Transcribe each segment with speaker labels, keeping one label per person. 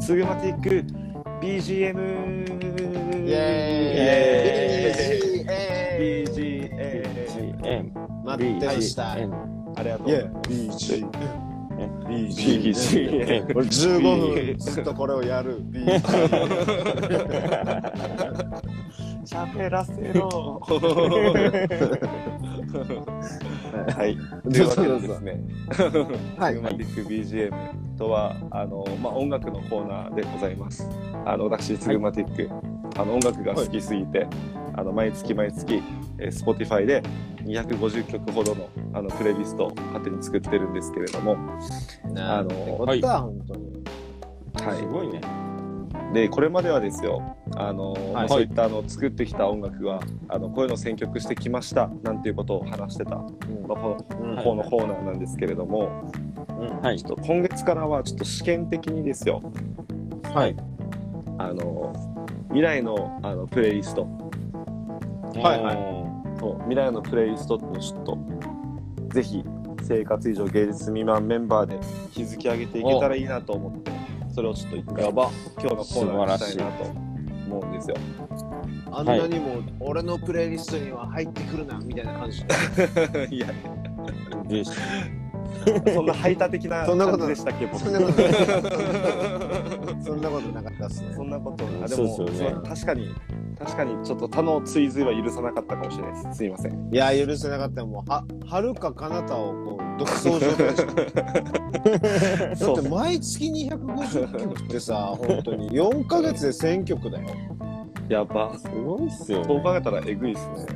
Speaker 1: スグマティック BGM
Speaker 2: イエーイイエーイ
Speaker 1: BGM
Speaker 3: BGM
Speaker 2: 待ってました。
Speaker 1: ありがとう
Speaker 2: イ
Speaker 1: ござい
Speaker 2: エ
Speaker 1: ます
Speaker 2: ーイ BG。
Speaker 3: BGM
Speaker 2: 俺15分ずっとこれをやる。BG。
Speaker 1: 喋らせろはいというわけでですね
Speaker 2: は
Speaker 1: グマティック BGM とはあの、まあ、音楽のコーナーでございます。あの私、ツグマティック、あの音楽が好きすぎて、あの毎月毎月、えー Spotify で250曲ほどのあのプレイリストを勝手に作ってるんですけれども、
Speaker 2: なるほ
Speaker 3: は
Speaker 2: ど。こ
Speaker 3: い
Speaker 2: とは本当に。
Speaker 1: は
Speaker 3: すごいね。
Speaker 1: い、でこれまではですよ、あの
Speaker 2: はい
Speaker 1: そういったあの作ってきた音楽はあのこういうの選曲してきましたなんていうことを話してた、まあ、こ
Speaker 2: うん
Speaker 1: の方のコーナーなんですけれども、
Speaker 2: うん
Speaker 3: はい
Speaker 1: ち。ょっと今月からはちょっと試験的にですよ
Speaker 3: はい。
Speaker 1: あの未来のあのプレイリスト
Speaker 2: はいはい
Speaker 3: い。
Speaker 1: そう未来のプレイリストっていうのをちょっとぜひ生活以上芸術未満メンバーで築き上げていけたらいいなと思ってそれをちょっと一回
Speaker 3: や
Speaker 1: 今
Speaker 3: ば。
Speaker 1: 日のコーナーにしたいなと思うんですよ。
Speaker 2: あんなにも俺のプレイリストには入ってくるなみたいな感じ。
Speaker 1: いや
Speaker 3: です。
Speaker 1: そんな排他的な
Speaker 2: そんなこ
Speaker 1: 感
Speaker 2: と
Speaker 1: じでしたっけ僕
Speaker 2: そんなことない。そんなことなかったっすね
Speaker 1: そ。んなことあで
Speaker 3: そうっ
Speaker 1: も
Speaker 3: すよね
Speaker 1: そう確かに確かにちょっと他の追随は許さなかったかもしれないですすいません。
Speaker 2: いや、許せなかったよ。もう、は、はるか彼方をこう、独走状態でした。だ
Speaker 1: そ
Speaker 2: っ
Speaker 1: う
Speaker 2: て毎月250曲ってさ、本当に4ヶ月で1000曲だよ。
Speaker 1: やば
Speaker 3: すごいっすよ
Speaker 1: そう
Speaker 3: ね。
Speaker 1: 考えたらえぐいですね。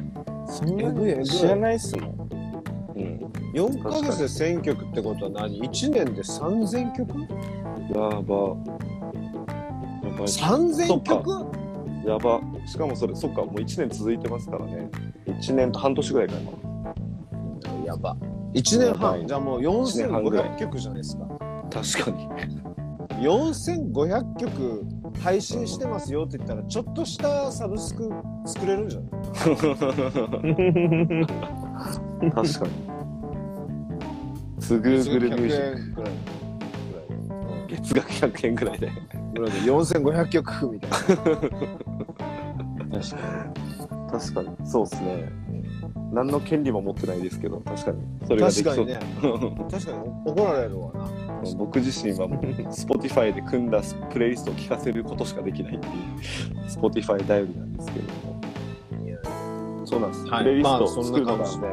Speaker 3: そんな
Speaker 2: えぐいえぐい
Speaker 3: に知らないっすもん。
Speaker 1: うん
Speaker 2: 4ヶ月で1000曲ってことは何 ?1 年で3000曲
Speaker 1: やば。
Speaker 3: やばい。
Speaker 2: ?3000 曲
Speaker 1: やば。しかもそれ、そっか、もう1年続いてますからね。1年と半年ぐらいかな。
Speaker 2: やば。1年
Speaker 3: やばい
Speaker 2: 半、じゃあもう4500曲じゃないですか。
Speaker 1: 確か に。
Speaker 2: 4500曲配信してますよって言ったら、ちょっとしたサブスク作れるんじゃない
Speaker 1: 確かに。すぐぐるミュー
Speaker 2: 100円
Speaker 1: ジッ
Speaker 2: くらい。
Speaker 1: ク。月額100円ぐらいで。
Speaker 2: ぐらいで4500曲みたいな。
Speaker 3: 確か
Speaker 1: 確かに。そうですね。何の権利も持ってないですけど、確かに。それができ
Speaker 2: 確
Speaker 1: そ
Speaker 2: かに
Speaker 1: う。
Speaker 2: ね。確かに怒られるわな。
Speaker 1: 僕自身はもう Spotify で組んだプレイリストを聴かせることしかできないっていう Spotify 頼りなんですけれどもそうなんです、
Speaker 2: はい
Speaker 1: プレイリ
Speaker 2: ま
Speaker 1: ス
Speaker 2: あ
Speaker 1: トを作るのが
Speaker 2: そんな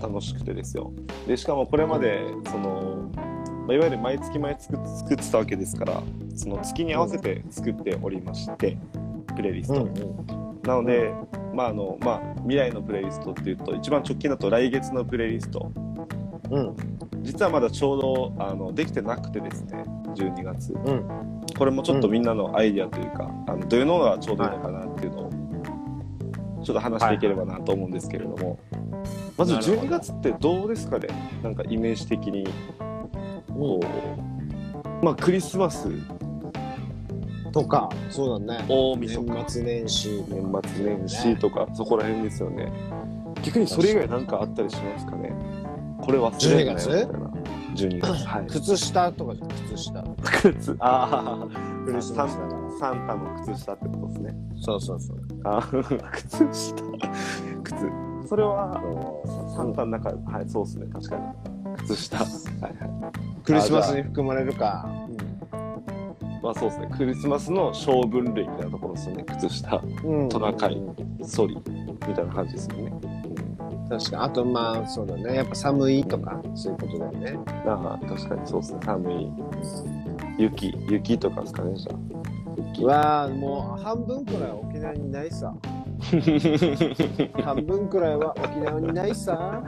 Speaker 1: 楽しくてですよでしかもこれまでその、まあ、いわゆる毎月毎月作ってたわけですからその月に合わせて作っておりまして、プレイリスト、なので、まああのまあ、未来のプレイリストっていうと一番直近だと来月のプレイリスト
Speaker 2: うん。
Speaker 1: 実はまだちょうどあのできてなくてですね12月、
Speaker 2: ん
Speaker 1: これもちょっとみんなのアイディアというか、あのどういうのがちょうどいいのかなっていうのを、ちょっと話していければなと思うんですけれども、まず
Speaker 2: なるほ
Speaker 1: 12
Speaker 2: ど
Speaker 1: 月ってどうですかねなんかイメージ的にこう、まあクリスマス
Speaker 2: とか、そうだね。
Speaker 1: 大 晦日
Speaker 2: 年末年始。
Speaker 1: 年末年始とかそこら辺ですよね逆にそれ以外何かあったりしますかねこれ忘れられないなみたいな12月 はい
Speaker 2: 靴下とかじゃん、靴下。
Speaker 1: 靴ああ
Speaker 2: クリスマスだから。
Speaker 1: サンタの靴下ってことですね。
Speaker 2: そうそうそう。
Speaker 1: あ、靴下。靴。それは、サンタの中、はい、そうですね、確かに。靴下。はいは
Speaker 2: クリスマスに含まれるか。
Speaker 1: い。まあそうですね、クリスマスの小分類みたいなところですよね、靴下、
Speaker 2: うん
Speaker 1: トナカイソリみたいな感じですよね。
Speaker 2: 確かに。あと、まあ、そうだね。やっぱ寒いとか、そういうことだよね。
Speaker 1: ああ、確かにそうですね、寒い。雪、雪とかですかね、じゃあ。雪。
Speaker 2: わあ、もう半分くらいは沖縄にない さ。半分くらいは沖縄にないさ。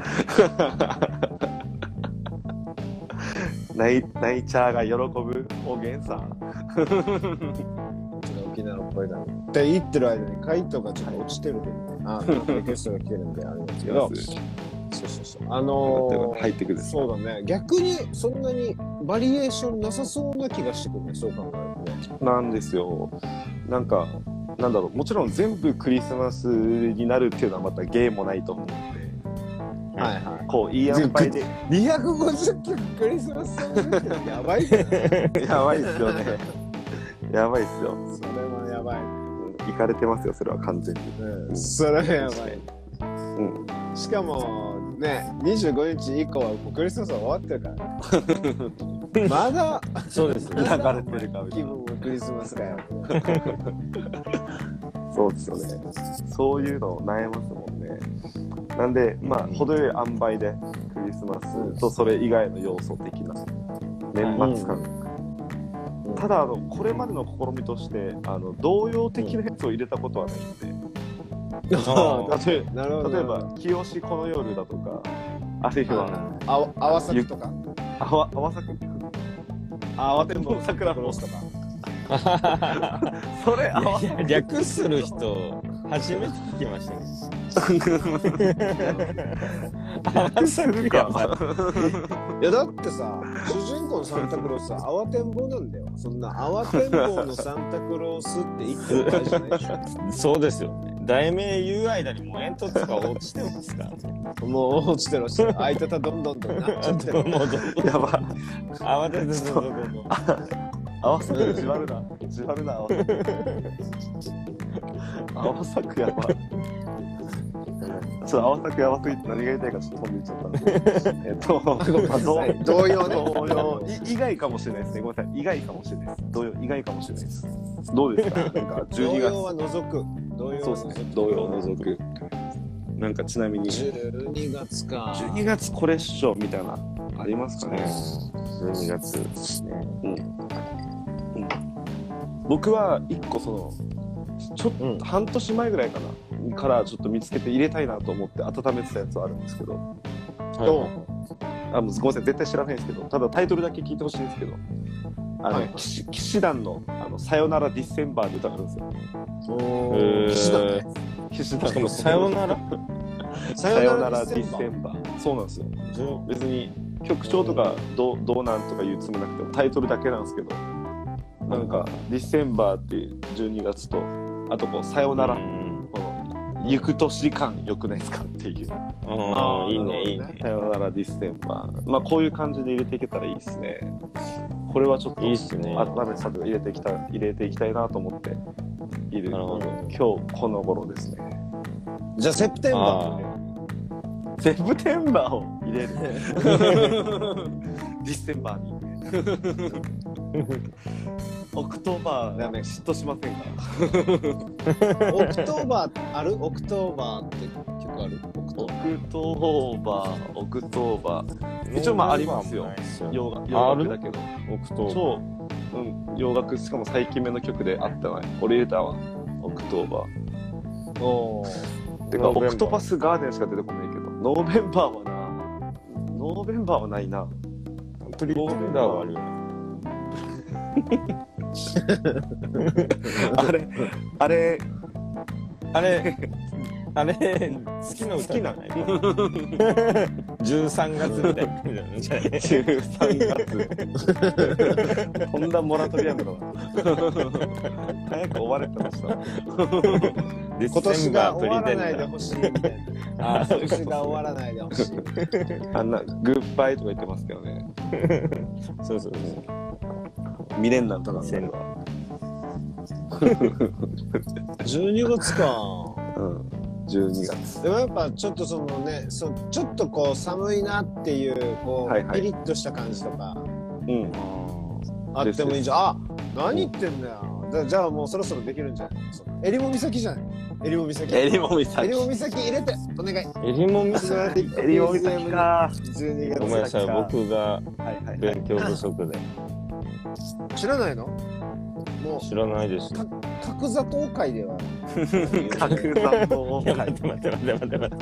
Speaker 1: 泣い泣いちゃーが喜ぶおげんさん。
Speaker 2: ちょっと沖縄の声だね。って言ってる間に、カイトがちょっと落ちてるけどね。ああ、リクエストが来てるんで、あれなんですけど。そうそうそう。あのー、
Speaker 1: 入ってくる。
Speaker 2: そうだね。逆にそんなにバリエーションなさそうな気がしてくるね。そう考えるとね。
Speaker 1: なんですよ。なんか、なんだろう、もちろん全部クリスマスになるっていうのはまた芸もないと思うんで、
Speaker 3: はい
Speaker 2: はい。
Speaker 1: こういい塩梅で
Speaker 2: 250曲クリスマスソングってやばいね
Speaker 1: やばいっすよね やばいっすよ
Speaker 2: それはやばい、
Speaker 1: いかれてますよそれは完全に
Speaker 2: うん、それはやばい、
Speaker 1: う
Speaker 2: しかもね25日以降はもうクリスマスは終わってるから、ね、まだ
Speaker 3: そうです
Speaker 1: 流れてるかみた
Speaker 2: 気
Speaker 1: いな
Speaker 2: 分はクリスマスかよ
Speaker 1: そうですよねそういうの悩ますもんねなんでまあ程よい塩梅でクリスマスとそれ以外の要素的な年末感
Speaker 2: うん
Speaker 1: ただあのこれまでの試みとしてあの同様的なやつを入れたことはないんで
Speaker 3: あ
Speaker 1: 例え
Speaker 2: なるほど
Speaker 1: 例えば「清しこの夜」だとかあるいは
Speaker 2: あわあわさくとか
Speaker 1: 「あわあわさく」
Speaker 2: あわてん
Speaker 1: ぼう桜の
Speaker 2: とか
Speaker 1: それあわ
Speaker 3: いや略する人初めて聞きましたね。
Speaker 1: さくする か
Speaker 2: いやだってさ主人公のサンタクロースは慌てんぼうなんだよそんな慌てんぼうのサンタクロースって言ってる場合じゃないでし
Speaker 3: そうですよ。題名言う間にもう煙突が落ちてますからね。
Speaker 2: ょもう落ちてる落ちてる相方どんどんとなっちゃって
Speaker 3: どう
Speaker 2: る
Speaker 3: もどうも
Speaker 1: やば
Speaker 3: 慌てずどうもどうも。
Speaker 1: 合わさくじわるなじわるな合わさく合わさくやばいちょっと合わさくやばすぎて何が言いたいかちょっと飛んでいっちゃったんでえっとまあ同
Speaker 2: 同様ね
Speaker 1: 同様い以外かもしれないですねごめんなさい以外かもしれないです同様以外かもしれないですどうですかなんか
Speaker 2: 同
Speaker 1: 12
Speaker 2: 様は
Speaker 1: 月
Speaker 2: 除く同様
Speaker 1: そうですね同様を除くなんかちなみに
Speaker 2: 12月か
Speaker 1: 12月これっしょみたいなありますかね12月僕は一個そのちょっと
Speaker 3: うん
Speaker 1: 半年前ぐらいかなからちょっと見つけて入れたいなと思って温めてたやつはあるんですけどあもうごめんなさい絶対知らないんですけどただタイトルだけ聞いてほしいんですけどあの、
Speaker 2: はい
Speaker 1: 騎士騎士団のあの「さよならディセンバー」で歌があるんですよ
Speaker 2: お
Speaker 3: へー
Speaker 2: ー岸田ね
Speaker 1: 騎士団の
Speaker 3: しかもさよなら。
Speaker 2: さ
Speaker 1: さよ
Speaker 2: よ
Speaker 1: な
Speaker 2: な
Speaker 1: ら
Speaker 2: ら
Speaker 1: デ
Speaker 2: デ
Speaker 1: ィ
Speaker 2: ィ
Speaker 1: セ
Speaker 2: セン
Speaker 1: ンバーそうなんですよ
Speaker 3: じゅう
Speaker 1: 別に曲調とかどうどうなんとかいうつもりなくてもタイトルだけなんですけどなんか「ディセンバー」っていう12月とあとこう「さよなら」
Speaker 3: うん
Speaker 1: この行く年感良くないですかっていう
Speaker 3: あーいいねいいね。
Speaker 1: さよならディステンバーまあこういう感じで入れていけたらいいですねこれはちょっと
Speaker 3: いいっすね
Speaker 1: あ鍋さんと入れていきた入れていきたいなと思っている
Speaker 3: なるほど
Speaker 1: 今日この頃ですね
Speaker 2: バーじゃあセプテンバー
Speaker 3: あ
Speaker 2: とね
Speaker 1: セプテンバーを入 れるディステンバーにオクトーバー
Speaker 2: ダメ
Speaker 1: 嫉妬しませんか
Speaker 2: オクトーバーあるオクトーバーって曲あるオクトー
Speaker 1: オ
Speaker 2: バ
Speaker 1: クトーバーオクトーバー
Speaker 3: ー
Speaker 1: 一応まあありますよ
Speaker 3: ないっす
Speaker 1: 洋楽洋楽だけど
Speaker 3: オクトー
Speaker 1: 超、うん、洋楽しかも最近目の曲であったわ俺入れたわオクトーバ
Speaker 2: ーおー
Speaker 1: ーてか
Speaker 3: ノーベンバ
Speaker 1: オ
Speaker 3: ー
Speaker 1: クトパスガーデンしか出てこないけどノーベンバーはなノーベンバーはないな
Speaker 3: プリ
Speaker 1: テン
Speaker 3: ン
Speaker 1: ダ
Speaker 3: ダー
Speaker 1: ーは
Speaker 3: は
Speaker 1: あ
Speaker 3: あ
Speaker 1: る
Speaker 3: る
Speaker 1: あれあれ
Speaker 3: あれ、あれ、好きな歌じゃい13月みたいな感じだよねじゃ あね。
Speaker 1: 13月とんだモラトリアムだな早く終われてました
Speaker 2: 今年が終わらないで
Speaker 3: だ。
Speaker 2: ほしいみたい
Speaker 3: あー
Speaker 2: な。
Speaker 3: そういうこと
Speaker 2: 今年が終わらないでほしい。
Speaker 1: あんなグッバイとか言ってますけどね
Speaker 3: そうそうそう。
Speaker 1: 未練なんとか
Speaker 3: 未練
Speaker 1: は
Speaker 2: 12月か。
Speaker 1: うん12月
Speaker 2: でもやっぱちょっとそのね、そちょっとこう寒いなっていう、こ
Speaker 1: はいは
Speaker 2: う、
Speaker 1: い
Speaker 2: ピリッとした感じとか
Speaker 1: うん
Speaker 2: あってもいいじゃん。あ何言ってんだよ。だじゃあもうそろそろできるんじゃないその襟裳岬じゃない襟裳岬。
Speaker 1: エ
Speaker 2: 襟
Speaker 1: リモミさん
Speaker 2: 裳岬入れて、お願い。
Speaker 3: えりもみさん。
Speaker 1: エリモミさんか
Speaker 2: 12月
Speaker 3: ごめんなさい、僕が
Speaker 1: はいはいはい
Speaker 3: 勉強不足で
Speaker 2: 知らないのも
Speaker 3: 知らないです。
Speaker 2: かう、角座東海では。
Speaker 1: 角砂糖
Speaker 3: いや待って待って待って待って待って。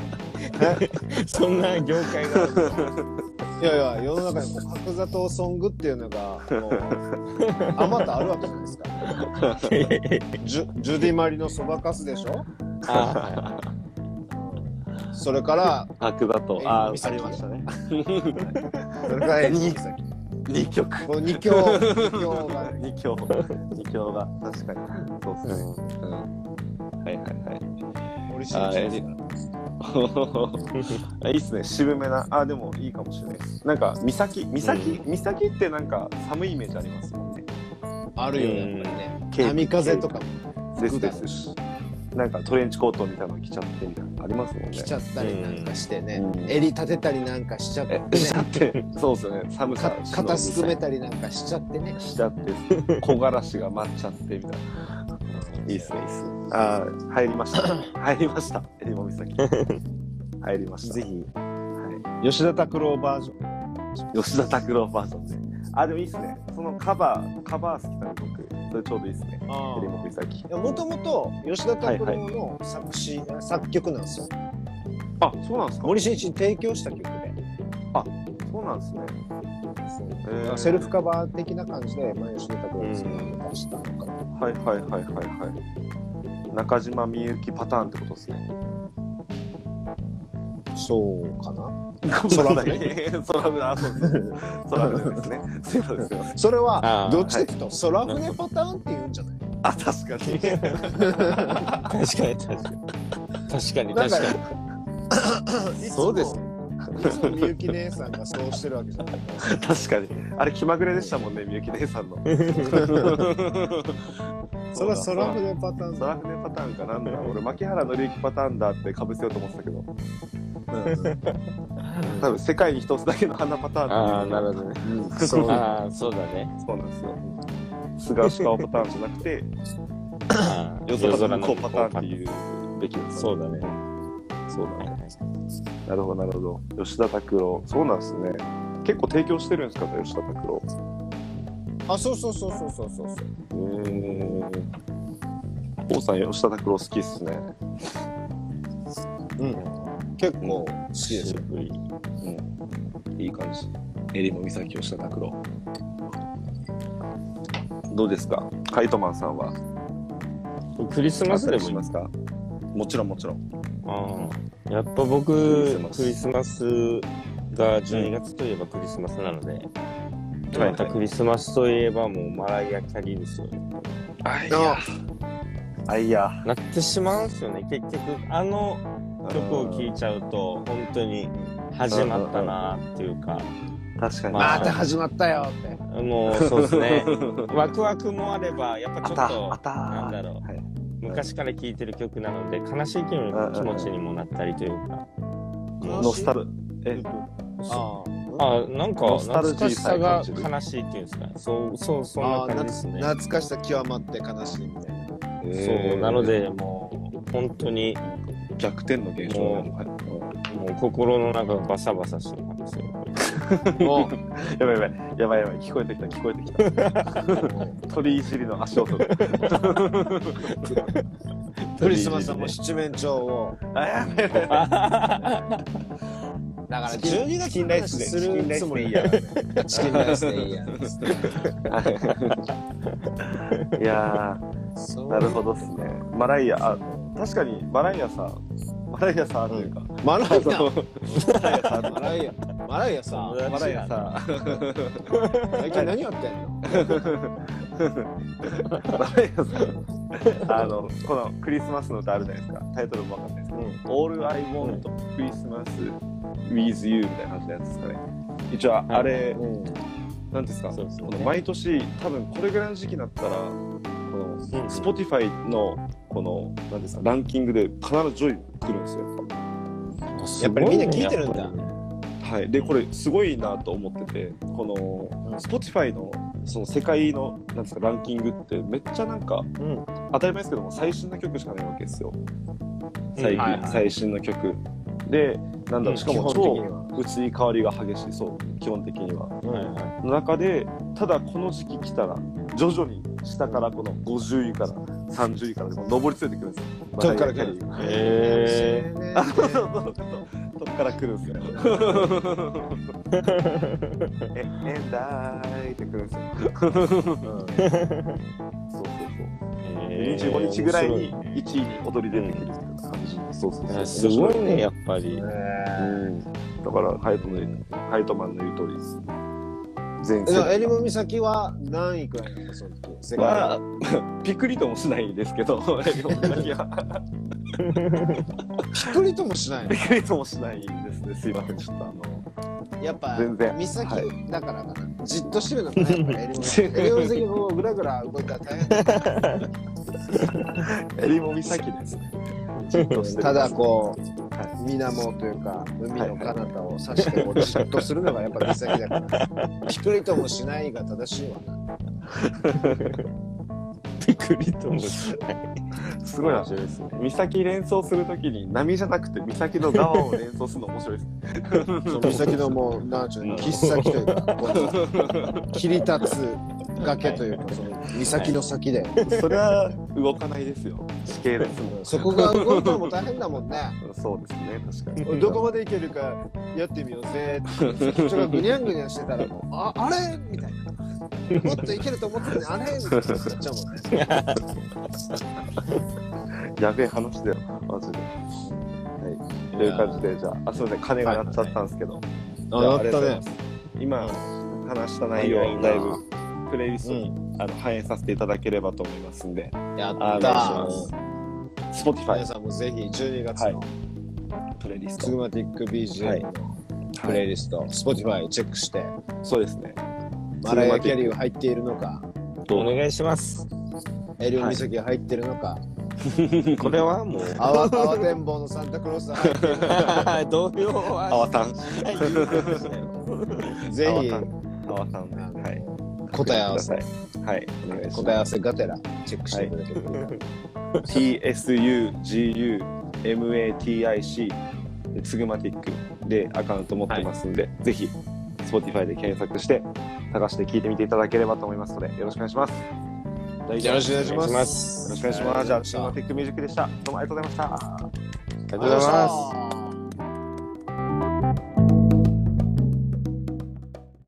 Speaker 3: そんな業界が
Speaker 2: いやいや、世の中にも角砂糖ソングっていうのが、も う、あまたあるわけじゃないですか。
Speaker 3: ある。いやいやいや
Speaker 2: ジュジュディマリのそばかすでしょ
Speaker 3: あ
Speaker 2: それから、
Speaker 1: 角 砂糖あーあ
Speaker 2: え
Speaker 1: りましたね
Speaker 2: それから、
Speaker 1: 二 二曲
Speaker 2: この二強、二強が ね。
Speaker 1: 二強二強が確かにそうですねうんはいはいはい
Speaker 2: 森進一ですから。
Speaker 1: あいいっすね渋めなあでもいいかもしれないですなんか岬岬岬ってなんか寒いイメージありますもんね
Speaker 2: あるよね、やっぱりね。
Speaker 1: ケーキ
Speaker 2: 波風とかも
Speaker 1: ですですなんかトレンチコートみたいなの着ちゃってみたいなのありますもんね
Speaker 2: 来ちゃったりなんかしてね
Speaker 1: う。ん
Speaker 2: 襟立てたりなんかしちゃってね。
Speaker 1: えしちゃってそうっすよね寒
Speaker 2: か
Speaker 1: さ
Speaker 2: 肩すくめ
Speaker 1: て
Speaker 2: たりなんかしちゃってね。
Speaker 1: しちゃ って木枯らしが舞っちゃってみたいないいっすねいいっすねあー入りました 入りましたえりもみさき入りました
Speaker 2: ぜひ。
Speaker 1: は
Speaker 2: 吉田拓郎バージョン。
Speaker 1: い、吉田拓郎バージョンであでもいいっすねそのカバーカバー好きなんで僕それちょうどいいっすねえりもみさき
Speaker 2: もともと吉田拓郎の作詞、作曲なんですよ。
Speaker 1: あそうなんですか
Speaker 2: 森進一に提供した曲で、
Speaker 1: そうなんですねえー
Speaker 2: セルフカバー的な感じで、まあ、吉田拓郎が作曲したのかな。
Speaker 1: はいはいはいはいはい中島みゆきパターンってことですね
Speaker 2: そうかな。
Speaker 1: 空船空船 あそうです 空船ですねすいませんすいません
Speaker 2: それ
Speaker 3: あ
Speaker 2: は
Speaker 3: ー
Speaker 2: どっちかというと空船パターンって言うんじゃない
Speaker 1: あ確かに
Speaker 3: 確かに確かに確かに
Speaker 2: なん
Speaker 3: 確
Speaker 2: か
Speaker 3: かに
Speaker 2: いつも
Speaker 3: そうです
Speaker 2: いつもみゆき姉さんがそうしてるわけじゃないから
Speaker 1: 確かにあれ気まぐれでしたもんねみゆき姉さんの
Speaker 2: それは空船パターンだ
Speaker 1: 空船パターンかなんだ俺牧原紀之パターンだってかぶせようと思ってたけど多分世界に一つだけの花パターン
Speaker 3: ああなるほどね
Speaker 2: うんそう
Speaker 3: ああそうだ ね
Speaker 1: そうなんですよ菅氏顔パターンじゃなくて
Speaker 3: あー
Speaker 1: 夜空の向こうパターンっていうべきですね
Speaker 3: そうだね
Speaker 1: そうだねなるほどなるほど吉田拓郎そうなんですね結構提供してるんですか吉田拓郎
Speaker 2: あそうそうそうそうそうそうそう
Speaker 1: うん王さん吉田拓郎好きっすね
Speaker 2: 結構好きですよ、
Speaker 1: ごい、うん、いい感じ襟裳岬吉田拓郎どうですかカイトマンさんは
Speaker 3: クリスマスでも
Speaker 1: し
Speaker 3: いい
Speaker 1: ますかもちろんもちろん
Speaker 3: ああやっぱ僕
Speaker 1: クリスマス
Speaker 3: クリスマスが12月といえばクリスマスなので、
Speaker 1: はい
Speaker 3: またクリスマスといえばもうマライア・キャリーですよね
Speaker 1: あい
Speaker 2: や
Speaker 1: あいや
Speaker 3: なってしまうんですよね結局あの曲を聴いちゃうと本当に始まったなーっていうか
Speaker 1: 確かに、
Speaker 3: ま
Speaker 2: ま
Speaker 3: あ
Speaker 2: た始まったよって
Speaker 3: もうそうですねワクワクもあればやっぱちょっと
Speaker 1: あったあった
Speaker 3: なんだろう、
Speaker 1: はい
Speaker 3: 昔から聴いてる曲なので悲しい気持ちにもなったりというか、
Speaker 1: ノスタルえ
Speaker 2: あ
Speaker 3: あなんか
Speaker 1: ノスタル
Speaker 3: 懐かし
Speaker 1: ジー
Speaker 3: さ
Speaker 1: さえ
Speaker 3: が
Speaker 1: 感じる
Speaker 3: 悲しいっていうんですかそうそうそ
Speaker 2: あ
Speaker 3: んな
Speaker 2: ーな
Speaker 3: 感じですね
Speaker 2: 懐かしさ極まって悲しいみたいな
Speaker 3: そうなのでもう本当に
Speaker 1: 逆転の現象
Speaker 3: もうもう心の中がバサバサしてたんですよ
Speaker 2: も
Speaker 1: やばいやばいやばいやばい聞こえてきた聞こえてきた
Speaker 2: う
Speaker 1: 鳥いじりの足音が
Speaker 2: クリスマスはもう七面鳥を
Speaker 1: あやばいやばい
Speaker 2: だから
Speaker 1: チキン
Speaker 2: 12
Speaker 1: チキ
Speaker 2: 月
Speaker 1: ンライスです
Speaker 2: るつもりやチキンライスでいいやんつって
Speaker 1: いや
Speaker 2: そ
Speaker 1: ー
Speaker 2: う
Speaker 1: なるほどっすねマライアあ確かにマライアさんマライアさんというか、
Speaker 2: マライ
Speaker 1: そ
Speaker 2: ア
Speaker 1: のマライアさ
Speaker 2: マライ
Speaker 1: ん
Speaker 2: アマライアさ
Speaker 3: マ
Speaker 1: マライアさ
Speaker 2: 最近何やってんの
Speaker 1: んマライアさん あのこのクリスマスの歌あるじゃないですかタイトルもわかんないですけど「All I Want Christmas with You」みたいな感じのやつですかね一応あれ、
Speaker 2: うん
Speaker 1: なんですか
Speaker 3: そうそう
Speaker 1: この毎年多分これぐらいの時期になったらこの
Speaker 3: うん
Speaker 1: Spotify のこのなんですかランキングで必ず上位来るんですよ。
Speaker 2: やっぱりみんな聞いてるんだ
Speaker 3: やっぱりね
Speaker 1: はい、でこれすごいなと思っててこ
Speaker 2: うん
Speaker 1: の Spotify のその世界のなんですかランキングってめっちゃなんか
Speaker 3: うん
Speaker 1: 当たり前ですけども最新の曲しかないわけですよ最,、
Speaker 3: うんはいはい
Speaker 1: 最新の曲。でなん
Speaker 3: う
Speaker 1: だろ
Speaker 3: ん
Speaker 1: うしかも超移り変わりが激しいそう基本的には。
Speaker 3: はいはい
Speaker 1: の中でただこの時期来たら徐々に下からこの50位から30位からでも上り詰めてくるんですよ。
Speaker 2: どっから来
Speaker 1: マライアキャ
Speaker 2: る
Speaker 1: リー
Speaker 3: え
Speaker 1: あそうそうそうそうどっから来るん ですよ。え、エンダーイって来るんですよ。そうそうそう。25日ぐらいに1位に躍り出てくるっていう感じ。そうそうそう。
Speaker 3: すごいねやっぱり
Speaker 1: うん。だからハイトのハイトマンの言う通りです。全
Speaker 2: え
Speaker 1: 世
Speaker 2: 襟裳岬は何位くらいなのその時世界
Speaker 1: はピクリともしないですけど、エリオンだけは
Speaker 2: ひっくりともしない
Speaker 1: びっくりともしないですね。すいません、ちょっとあの。
Speaker 2: のやっぱ
Speaker 1: 全然
Speaker 2: 美咲
Speaker 1: は
Speaker 2: だからかな、じっとしてるのかなやっぱりエリモンエリモン関もグラグラ動いたら大変だ
Speaker 1: えりもみさきですね。じっとして る
Speaker 2: ただこう
Speaker 1: は
Speaker 2: 水面というか海の彼方を指してこうじっとするのがやっぱ美咲だからひっくりともしないが正しいわな
Speaker 3: びっくりともしない。
Speaker 1: い、すごいな。
Speaker 3: 白いですね。
Speaker 1: 美咲連想するときに波じゃなくて美咲の側を連想するの面白いですね。
Speaker 2: そう美咲のもうなんちゅうの切っ先というかこう切り立つ崖というかその美咲の先だよ、
Speaker 1: それは動かないですよ。地形ですもん。
Speaker 2: そこが動いたのも大変だもんね
Speaker 1: そうですね、確かに。
Speaker 2: どこまでいけるかやってみようぜってそっちがぐにゃんぐにゃんしてたらもうああれみたいなもっといけると思ってたのにあれみたいになっちゃうもんね
Speaker 1: やべえ話だよな、マジで。はい。という感じで、じゃあ、あ、すみません、金が鳴っちゃったんですけ
Speaker 2: あ
Speaker 1: ど。じゃあ
Speaker 2: なったね。
Speaker 1: 今、話した内容をだいぶ、プレイリストに、あの反映させていただければと思いますんで、
Speaker 2: やっ
Speaker 1: あ
Speaker 2: た
Speaker 1: の、Spotify
Speaker 2: 皆さんもぜひ12月の
Speaker 1: プレイリス
Speaker 2: スグ
Speaker 1: ト。
Speaker 2: マティック BGM のプ
Speaker 1: は
Speaker 2: レイ
Speaker 1: い、
Speaker 2: リスト、Spotify チェックして
Speaker 1: そうですね。
Speaker 2: マライア・キャリーが入っているのか
Speaker 1: ど
Speaker 3: お
Speaker 1: う
Speaker 3: 願いします。
Speaker 2: エリオ・ミサキが入っているのか
Speaker 3: これは もう。
Speaker 2: あわあわてんぼうのサンタクロースが入っているのか
Speaker 3: 同僚は。
Speaker 1: あわた ん。
Speaker 2: ぜひ
Speaker 1: あわたん。あわたんで。はい。
Speaker 2: 答え合わせ
Speaker 1: せ。はい。お願いし
Speaker 2: 答え合
Speaker 1: ま
Speaker 2: わ
Speaker 1: す。
Speaker 2: せがてらチェックしていただければいいかな
Speaker 1: TSUGUMATIC でスグマティックでアカウント持ってますんで、ぜひ Spotify で検索して探して聞いてみていただければと思いますのでよろしくお願いします。
Speaker 2: よろしくお願いし
Speaker 3: お願いし
Speaker 2: ま
Speaker 3: ますす
Speaker 1: よろしくお願いします。じゃあスグマティックミュージックでした。どうもありがとうございました。
Speaker 3: ありがと
Speaker 2: あ
Speaker 3: う
Speaker 2: りが
Speaker 3: ござ
Speaker 2: とうご
Speaker 3: い
Speaker 2: ざい
Speaker 3: ま。
Speaker 2: ますす